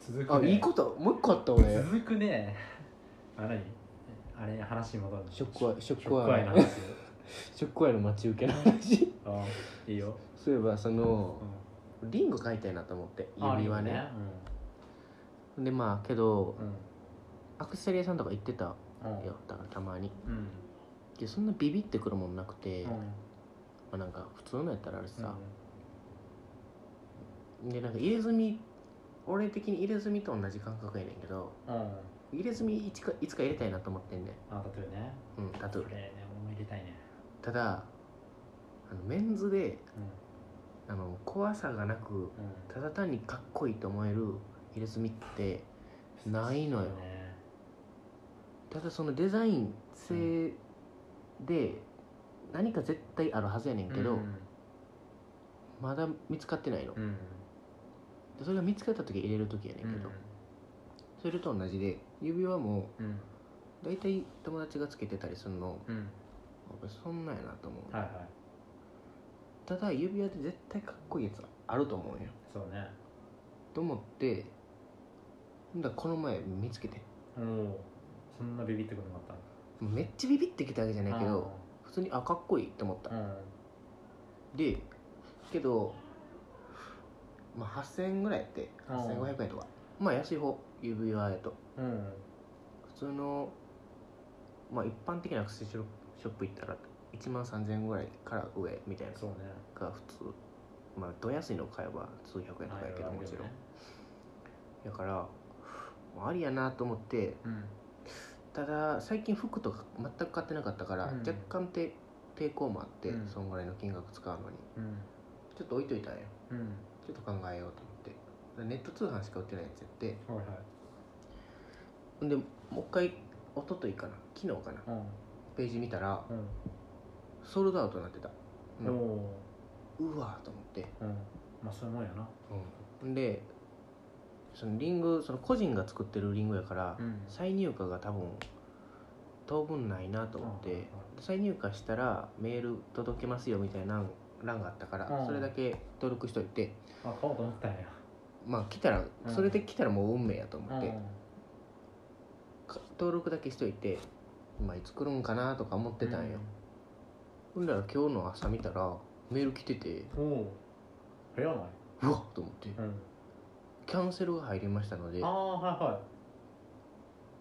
続くあねいいこともう一個あった俺続くねあ何あれ話に戻るのショックアイショッショクックアアイイの 話ショックアイの待ち受けの話 あいいよ、そういえばそのうんリンゴ買いたいなと思ってあ指輪ねでまあけどうんアクセサリー屋さんとか行ってたようんうんだからたまにうんでそんなビビってくるもんなくて、うんまあ、なんか普通のやったらあれうんさ、でなんか入れ墨俺的に入れ墨と同じ感覚やねんけどうん入れ墨いつかいつか入れたいなと思ってんねんあタトゥーねうんタトゥこーれね思い入れたいねただあのメンズでうあの怖さがなくんうんただ単にかっこいいと思える入れ墨ってないのよそうねただそのデザイン性で何か絶対あるはずやねんけど、うんまだ見つかってないの、うんでそれが見つかった時入れる時やねんけど、それと同じで指輪もうん大体友達がつけてたりするのうん俺そんなんやなと思う、はいはいただ指輪って絶対かっこいいやつあると思うよそうねと思ってほんだらこの前見つけておおそんなビビってこともあっめっちゃビビってきたわけじゃたないけど普通にあかっこいいって思ったう、んでけど、まあ、8000円ぐらいやって8500円とかまあ安い方指輪やとうん普通の、まあ、一般的なアクセサリーショップ行ったら1万3000円ぐらいから上みたいなそうねが普通まあど安いの買えば数百円とかやけどもちろんだからまあありやなと思ってうんただ最近服とか全く買ってなかったから、うん若干て抵抗もあって、うんそんぐらいの金額使うのにうんちょっと置いといたんようんちょっと考えようと思ってだからネット通販しか売ってないやつやってはいはいほんでもう一回一昨日かな昨日かなうページ見たらんソールドアウトになってたうんおおうわーと思って、うんまあそういうもんやなほんでそのリングその個人が作ってるリングやから、ん再入荷が多分当分ないなと思って、うんうん再入荷したらメール届けますよみたいな欄があったから、うんそれだけ登録しといてあ買おうと思ったんやまあ来たらうんそれで来たらもう運命やと思って、うんか登録だけしといてまあいつ来るんかなとか思ってたんよ、ほんだら今日の朝見たらメール来ててうんおお早ないうわっと思ってうんキャンセルが入りましたのでああはいは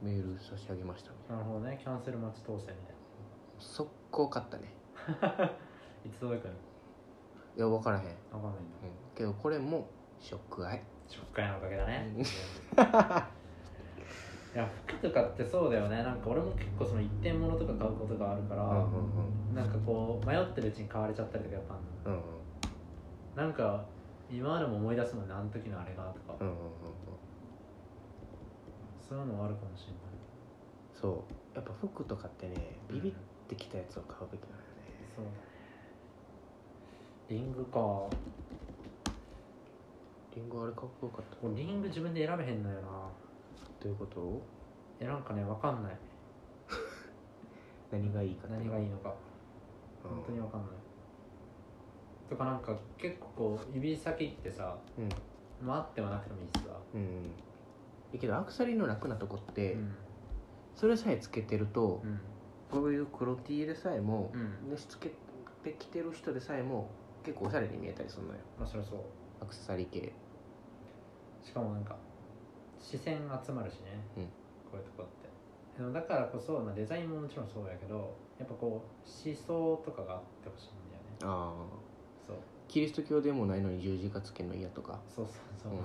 メール差し上げましたみたいいなるほどねキャンセル待ち当選みたいな速攻買ったねないつ届くのいや分からへん、うん、わかんないんだけどこれもショックアイ食感のおかげだねうんいや服とかってそうだよねなんか俺も結構その一点物とか買うことがあるから、うんうんうんなんかこう迷ってるうちに買われちゃったりとかやっぱあんのうんうんなんか今までも思い出すもんねあの時のあれがとか、うんうんうんそういうのはあるかもしれないそうやっぱ服とかってねビビってきたやつを買うべきなのよねそうだねリングかこリンゴあれかっこよかったれリング自分で選べへんのよなどういうことえなんかねわかんない何がいいかって何がいいのかうん本当にわかんないとかなんか結構こう指先ってさ、うんまああってはなくてもいいしさ、うんうんえけどアクセサリーの楽なとこっうて、んそれさえつけてるとう、んこういう黒 T でさえもう、んでしつけてきてる人でさえも結構おしゃれに見えたりするのよまあそりゃそうアクセサリー系しかもなんか視線集まるしね、うんこういうとこってでもだからこそ、まあ、デザインももちろんそうやけどやっぱこう思想とかがあってほしいんだよねああそうキリスト教でもないのに十字架つけんの嫌とかそうそうそう、うん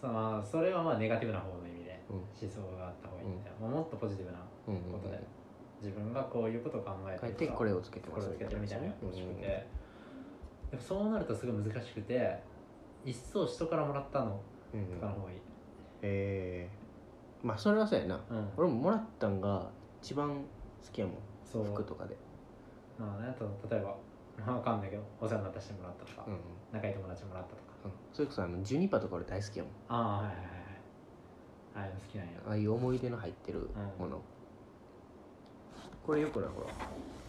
そうまあそれはまあネガティブな方の意味でうん思想があった方がいいみたいな、まあ、もっとポジティブなうんうことんで、自分がこういうことを考え変えててこれをつけてこれますをつけてるみたいなのが欲しくて、うんでもそうなるとすごい難しくて一層人からもらったのうんとかの方がいい、えー、まあそれはそうやなうん俺ももらったんが一番好きやもんそう服とかでまあね、と例えば、まあ、わかんないけど、お世話になった人もらったとか、うん、うん、仲いい友達もらったとか。それこそあのジュニパとか俺大好きやもんああ、はいはいはいはい。ああいうの好きなんや。ああいう思い出の入ってるもの、これよくないほら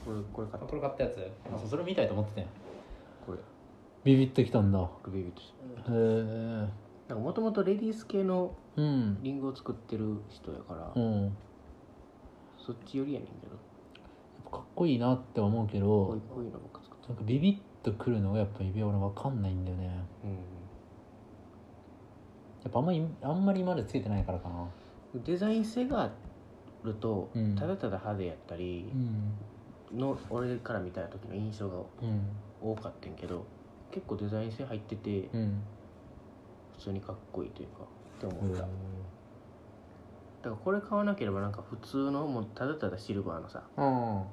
これこれ買あったこれ買ったやつ、あそうそれ見たいと思ってたんやこれビビってきたんだ。へルビービットえ。なんかもともとレディース系のうんリンゴを作ってる人やから、うんやっそっち寄りやねんけどぱかっこいいなって思うけこういどうこういうのばっか作ってなんかビビッとくるのがやっぱ指輪俺分かんないんだよねう、やっぱあんまりあんまり今までつけてないからかなんデザイン性があると、うんただただ派手やったりうんの俺から見た時の印象がうん多かったんけど結構デザイン性入っててうん普通にかっこいいというかってう思んった、だからこれ買わなければなんか普通のもうただただシルバーのさあ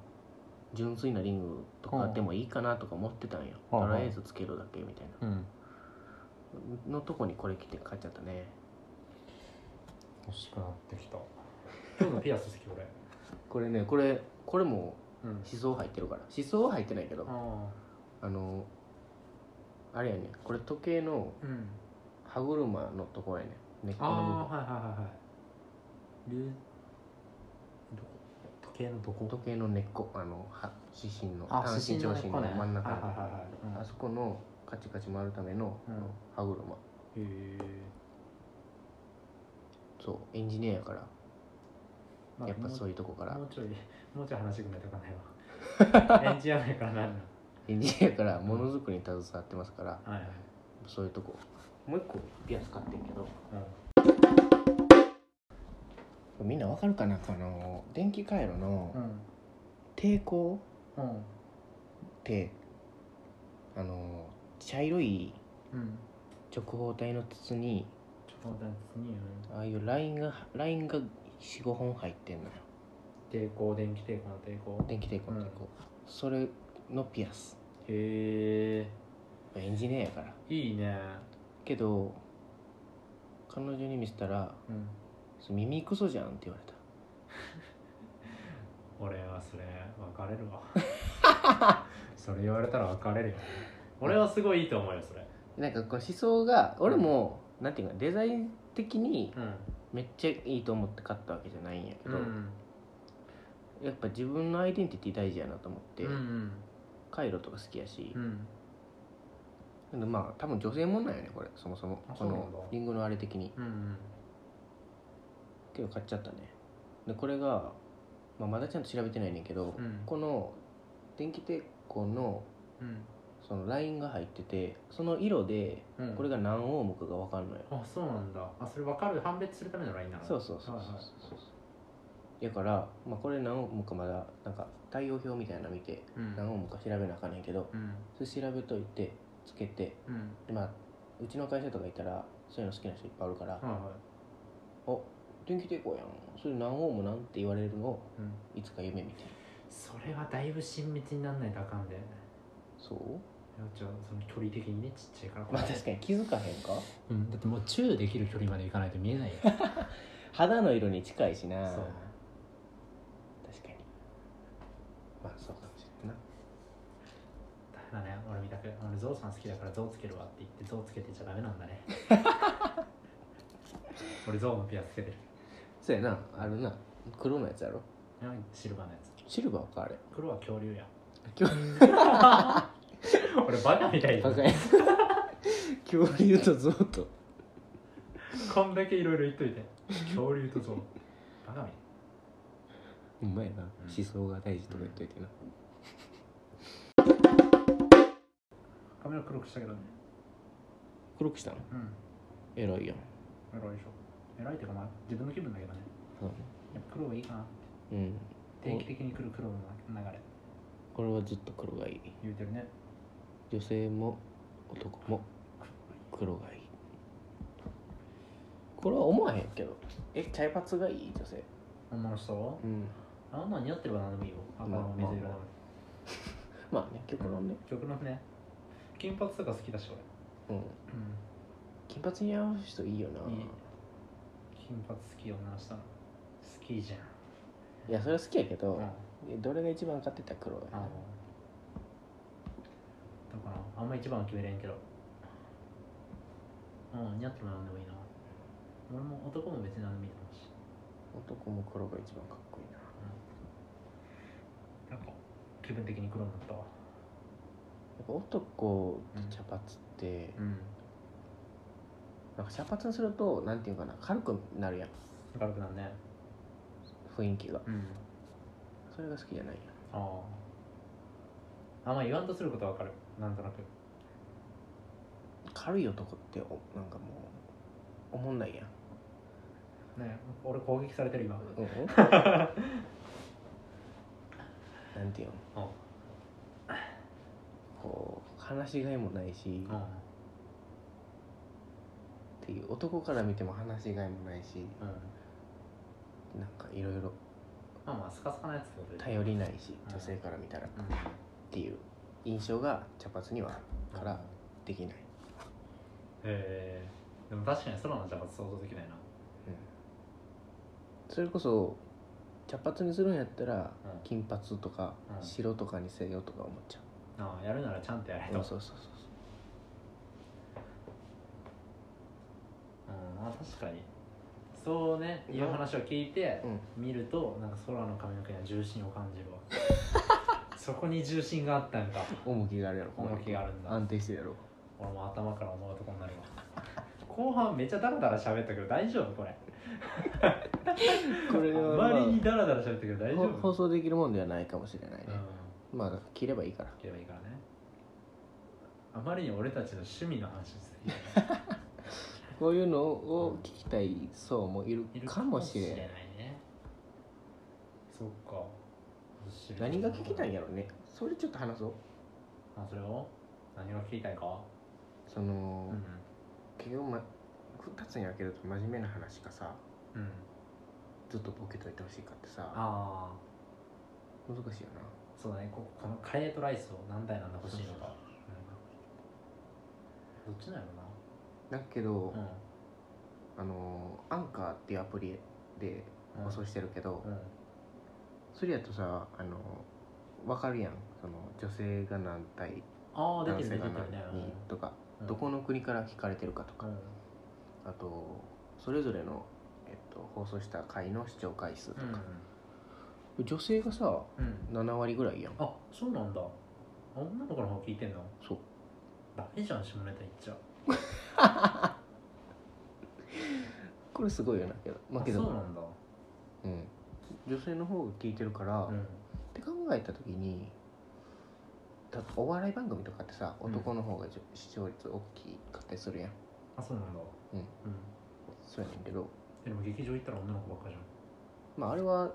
純粋なリングとかでもいいかなとか思ってたんよ、うんとりあえずつけるだけみたいーうんなのとこにこれ着て買っちゃったね欲しくなってきた今日のピアス好き俺これねこれこれもうん思想入ってるから思想は入ってないけどああのあれやねこれ時計のあうん歯車のとこやね根っこああの部分はいはいはいはいルどこ時計のどこ時計の根っこあのは指針のあ単指身針長の針根っのこね真ん中のはいはいはいはいあそこのカチカチ回るためのうん歯車へえそうエンジニアやからやっぱそういういうとこからもうちょいもうちょい話してくれとかない わエンジニアやからなんだエンジニアやからものづくりに携わってますからはいはいそういうとこもう一個ピアス買ってんけどみんなわかるかなこの電気回路のうん抵抗うんうんってあの茶色いうん直方体の筒にちょっと待ってにああいうラインがラインが45本入ってんのよ抵抗電気抵抗の抵抗電気抵抗の抵抗、それのピアスへエンジニアやからえいいねけど彼女に見せたらうん「それ耳クソじゃん」って言われた俺はそれ別れるわ それ言われたら別れるよ俺はすごいいいと思うよそれなんかこの思想が俺も、なんていうかデザイン的にうめっちゃいいと思って買ったわけじゃないんやけんど、やっぱ自分のアイデンティティ大事やなと思って、うんうんカイロとか好きやしう、んでまあ多分女性もんなんよねこれそもそもあこそうなんだのリンゴのあれ的にうんうんけど買っちゃったねでこれが、まあ、まだちゃんと調べてないねんけど、うんこの電気抵抗のうんそのラインが入っててその色でうんこれが何オームかが分かんのよ、あそうなんだあそれ分かる判別するためのラインなのそうそうそうそうはいはいそうだから、まあ、これ何オームかまだなんか対応表みたいなの見てうん何オームか調べなあかんねんけどうんそれ調べといてつけてうんでまあうちの会社とかいたらそういうの好きな人いっぱいおるからはいは「お電気抵抗やんそれ何オームなん?」て言われるのをいうんいつか夢見てるそれはだいぶ親密にならないとあかんでそうじゃあその距離的にねちっちゃいからまあ確かに気づかへんかうん、だってもうチューできる距離までいかないと見えないよ肌の色に近いしなそう確かにまあそうかもしれんなだからね俺見たく俺ゾウさん好きだからゾウつけるわって言ってゾウつけてちゃダメなんだ ね俺ゾウのピアスつけてるそうやなあるな黒のやつやろうんシルバーのやつシルバーかあれ黒は恐竜や恐俺バカみたいじゃバんカや恐竜とゾウとこんだけいろいろ言っといて恐竜とゾウバカみたいほんまやな、うん思想が大事とか言っといてな、髪を黒くしたけどね黒くしたのうん偉いやん偉いでしょ偉いっていうかまあ自分の気分だけどねやっぱ黒がいいかなうん定期的に来る黒の流れ俺はずっと黒がいい言うてるね女性も男も黒がいいこれは思わへんけどえ茶髪がいい女性女の人うんあんなん似合ってれば何でもいいよ赤まあの水色でも、まあね極論ね曲のね金髪とか好きだしうん俺、うん、金髪に合う人いいよないい金髪好き女の人好きじゃいやそれは好きやけん、どうん、あ、えどれが一番かって言ったら黒やのなどうかなあんま一番は決めれんけどうん似合っても何でもいいな俺も男も別に何でもいいと思うし男も黒が一番かっこいいななんか気分的に黒になったわやっぱ男と茶髪ってうんなんか茶髪にするとなんていうかな軽くなるやん明るくなんね雰囲気がうんそれが好きじゃないやあああんま言わんとすることはわかるなんとなく軽い男っておなんかもうおもんないやんね俺攻撃されてる今うんなんていうのこう話しがいもないしうんっていう男から見ても話しがいもないしうんなんかいろいろまあまあスカスカなやつってことで頼りないしうん女性から見たらっうんていう印象が茶髪にはからできない、えー、でも確かに空のじゃ想像できないなうんそれこそ茶髪にするんやったらうん金髪とかうん白とかにせよとか思っちゃああやるならちゃんとやれう、とうんうそうそうそうそんまあ確かにそうねうんいう話を聞いてう、うん、見るとなんか空の髪の毛には重心を感じ るわそこに重心があったんか重きがあるやろ重きがあるんだ安定してる やろ俺も頭から思うとこになるわ 後半めっちゃダラダラ喋ったけど大丈夫これこれは、まあ周りにダラダラ喋ったけど大丈ほ夫放送できるもんではないかもしれないねう、んまあ切ればいいから聞けばいいからねあまりに俺たちの趣味の話ですぎてこういうのを聞きたい層もいるいる かもしれかんねそっか知らん何が聞きたいんやろねそれちょっと話そうあそれを何が聞きたいかそのう、ん結局、ま、2つに分けると真面目な話かさうんずっとボケといてほしいかってさああ難しいよなそうだねここのカレーとライスを何台なんだ欲しいのかうんどっちなんやだけど、ろなあのアンカーっていうアプリでうん放送してるけど、うんそれやとさあの分かるやんその女性が何体ああ出て男る性出てがるね何人とか、うんどこの国から聞かれてるかとうか、んあとそれぞれの、えっと、放送した回の視聴回数とうんか、女性がさうん7割ぐらいやんあそうなんだあ女の子の方聞いてんのそうダメじゃん下ネタ言っちゃこれすごいよなけどまああけそうどなんだうん、女性の方が聞いてるから、うっんて考えた時にだお笑い番組とかってさうん男の方がじょ視聴率大きかったりするやんあそうなんだうんうんそうやねんけどでも劇場行ったら女の子ばっかじゃんまああれは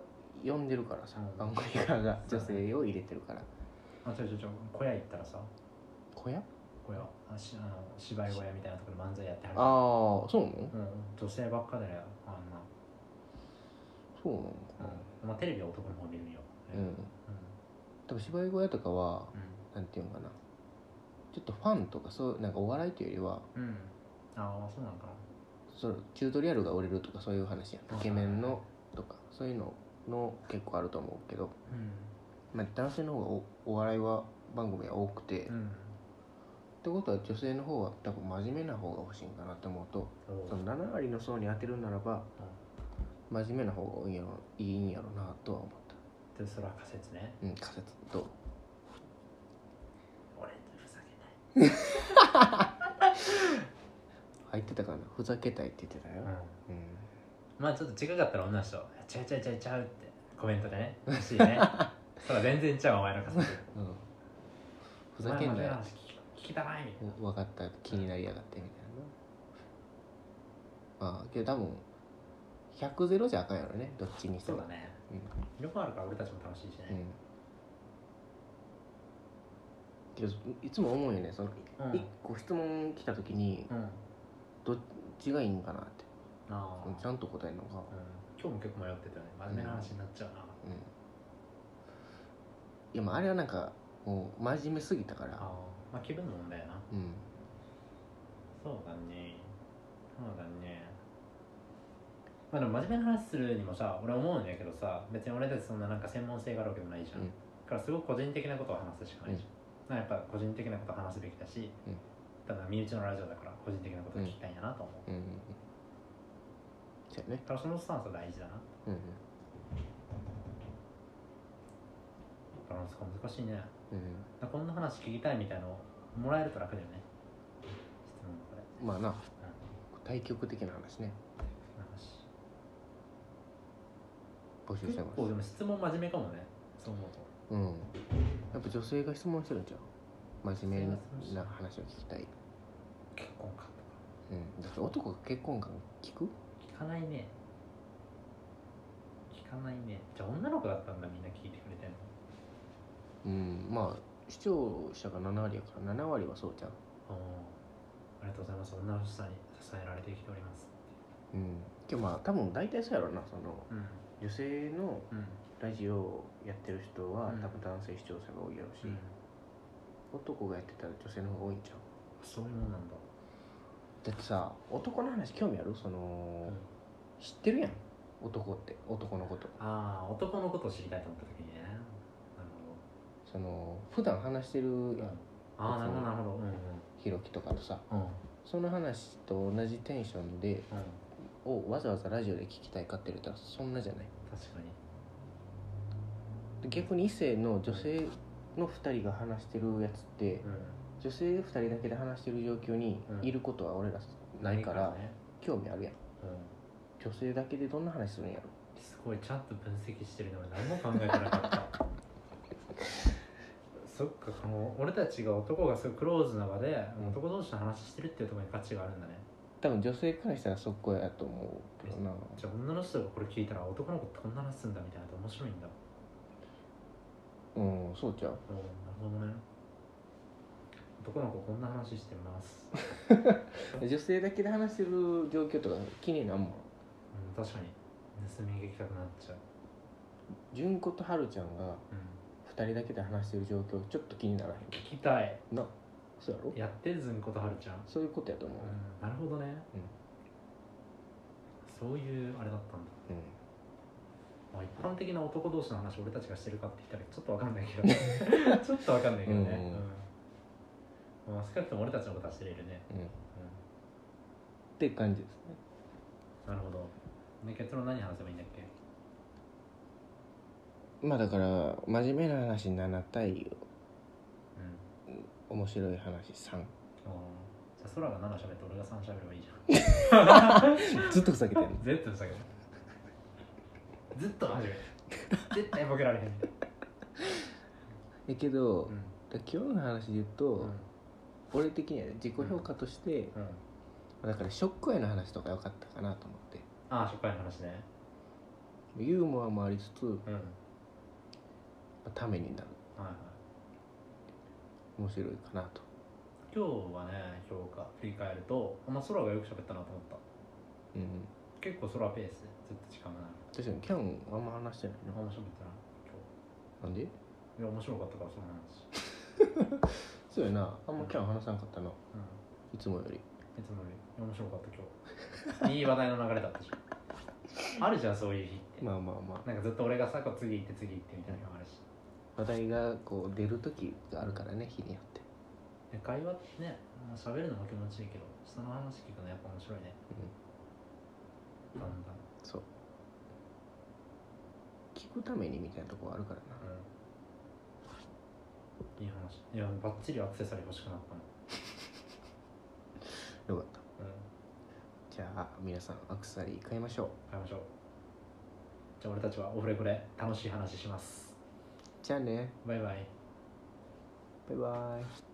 呼んでるからさ、うん番組側が 女性を入れてるからあ違う違う違う小屋行ったらさ小屋小屋あしあの芝居小屋みたいなところで漫才やってはるああそうなのうん女性ばっかだよあんなそうなのかうんまあテレビは男の方見るよなうん多分芝居小屋とかはなんていうのかなちょっとファンとかそうなんかお笑いというよりはうんうんああそうなんかなそのチュートリアルが売れるとかそういう話やあんイケメンのとかそういうのの結構あると思うけど、うまあ、男性の方がおお笑いは番組が多くて、っんてことは女性の方は多分真面目な方が欲しいんかなと思うとうんその7割の層に当てるならば真面目な方が多いんやろいいんやろなとは思っでそれは仮説ねたうん仮説と俺とふざ入ってたかなふざけたいって言ってたけよない、うん、まあちょっと違かったら女の人「ちゃうちゃうちゃうちゃう」ってコメントでね欲しいね そら全然ちゃうお前の仮説うんふざけんなお前のよ話聞き聞きたないみたいな分かった気になりやがってみたいなああけど多分100ゼロじゃあかんやろねどっちにしてそうもだねうん両方あるから俺たちも楽しいしうねんけどいつも思うよねそのうん1個質問来た時にうんどっちがいいんかなってああ、うんちゃんと答えるのがうん今日も結構迷ってたよね真面目な話になっちゃうな、うんいやまああれはなんかもう真面目すぎたからああまあ気分の問題やなうんそうだねそうだねまあでも真面目な話するにもさ俺思うんやけどさ別に俺たちそんななんか専門性があるわけでもないじゃん、うんだからすごく個人的なことを話すしかないじゃん、なんかやっぱ個人的なことを話すべきだし、うんただ身内のラジオだから個人的なことを聞きたいんやなと思う、うんうんじゃあねだからそのスタンスは大事だなうんバランスが難しいねうんこんな話聞きたいみたいのもらえると楽だよね質問これまあな対局的な話ね募集し結てます構でも質問真面目かもねそう思うとうんやっぱ女性が質問してるんじゃん真面目な話を聞きたい、結婚かうん、だって男が結婚観聞く聞かないね聞かないねじゃあ女の子だったんだみんな聞いてくれてんのうんまあ視聴者が7割やから7割はそうじゃんおーありがとうございます女の人に支えられてきておりますうんけどまあ多分大体そうやろうなそのうん女性のうんラジオをやってる人は、うん多分男性視聴者が多いやろうし、うん男がやってたら女性の方が多いんちゃうそういうもんなんだだってさ男の話興味あるその、知ってるやん男って男のことああ男のことを知りたいと思った時にねなるほその普段話してるやど、んああなるほどなるほどうんうんひろきとかとさうんその話と同じテンションでうんをわざわざラジオで聞きたいかって言ったらそんなじゃない確かにで逆に異性の女性の2人が話してるやつってう女性2人だけで話してる状況にうんいることは俺らんないからね興味あるやんう女性だけでどんな話するんやんろすごいちゃんと分析してるのに何も考えてな かったそっかこの俺たちが男がすごいクローズな場でうん男同士の話してるっていうところに価値があるんだね多分女性からしたらそこやと思うけどなじゃあ女の人がこれ聞いたら男の子とこんな話すんだみたいなと面白いんだうんそうちゃおーなうるほどね男の子こんな話してます、 う女性だけで話してる状況とか気になんもんん、確かに盗み聞きたくなっちゃう純子と春ちゃんがうん2人だけで話してる状況ちょっと気にならへ聞きたいんなそうやろやってずんことはるちゃん、うん、そういうことやと思う、なるほどね、そういうあれだったんだうんまあ、一般的な男同士の話俺たちがしてるかって言ったらちょっとわかんないけ どちょっとわかんないけどね、うんうんまあ、少なくとも俺たちのことはしてれるね、うんって感じですねうん、なるほどで結論何話せばいいんだっけまあだから真面目な話7対うん面白い話3あーじゃあ空が7喋って俺が3喋ればいいじゃん ずっとふざけてんの絶対ふざけないずっと始め絶対ボケら れへんみたいやけど、なだから今日の話で言うと、うん俺的にはね自己評価として、うんだからショックへの話とか良かったかなと思ってああ初回の話ねユーモアもありつつうんはためになるいはい面白いかなと今日はね評価振り返るとあんま空がよく喋ったなと思ったうん結構空ペースでずっと時間がない確かにキャンあんま話してないあの面白かったななんで今日いや面白かったからその話そうやなあんまキャン話さなかったなういつもよんりいつもよりいや面白かった今 日いい話題の流れだったじゃんあるじゃんそういう日ってまあまあまあなんかずっと俺がさこう次行って次行ってみたいなのがあるし話題がこう出る時があるからね日によってで会話ってねまあ喋るのも気持ちいいけど人の話聞くのやっぱ面白いねだんだん、う、そう聞くためにみたいなとこあるからなんいい話いやバッチリアクセサリー欲しくなったもん、よかったうん、じゃあ皆さんアクセサリー買いましょう買いましょうじゃあ俺たちはオフレコで楽しい話しますじゃあねバイバイバイバイ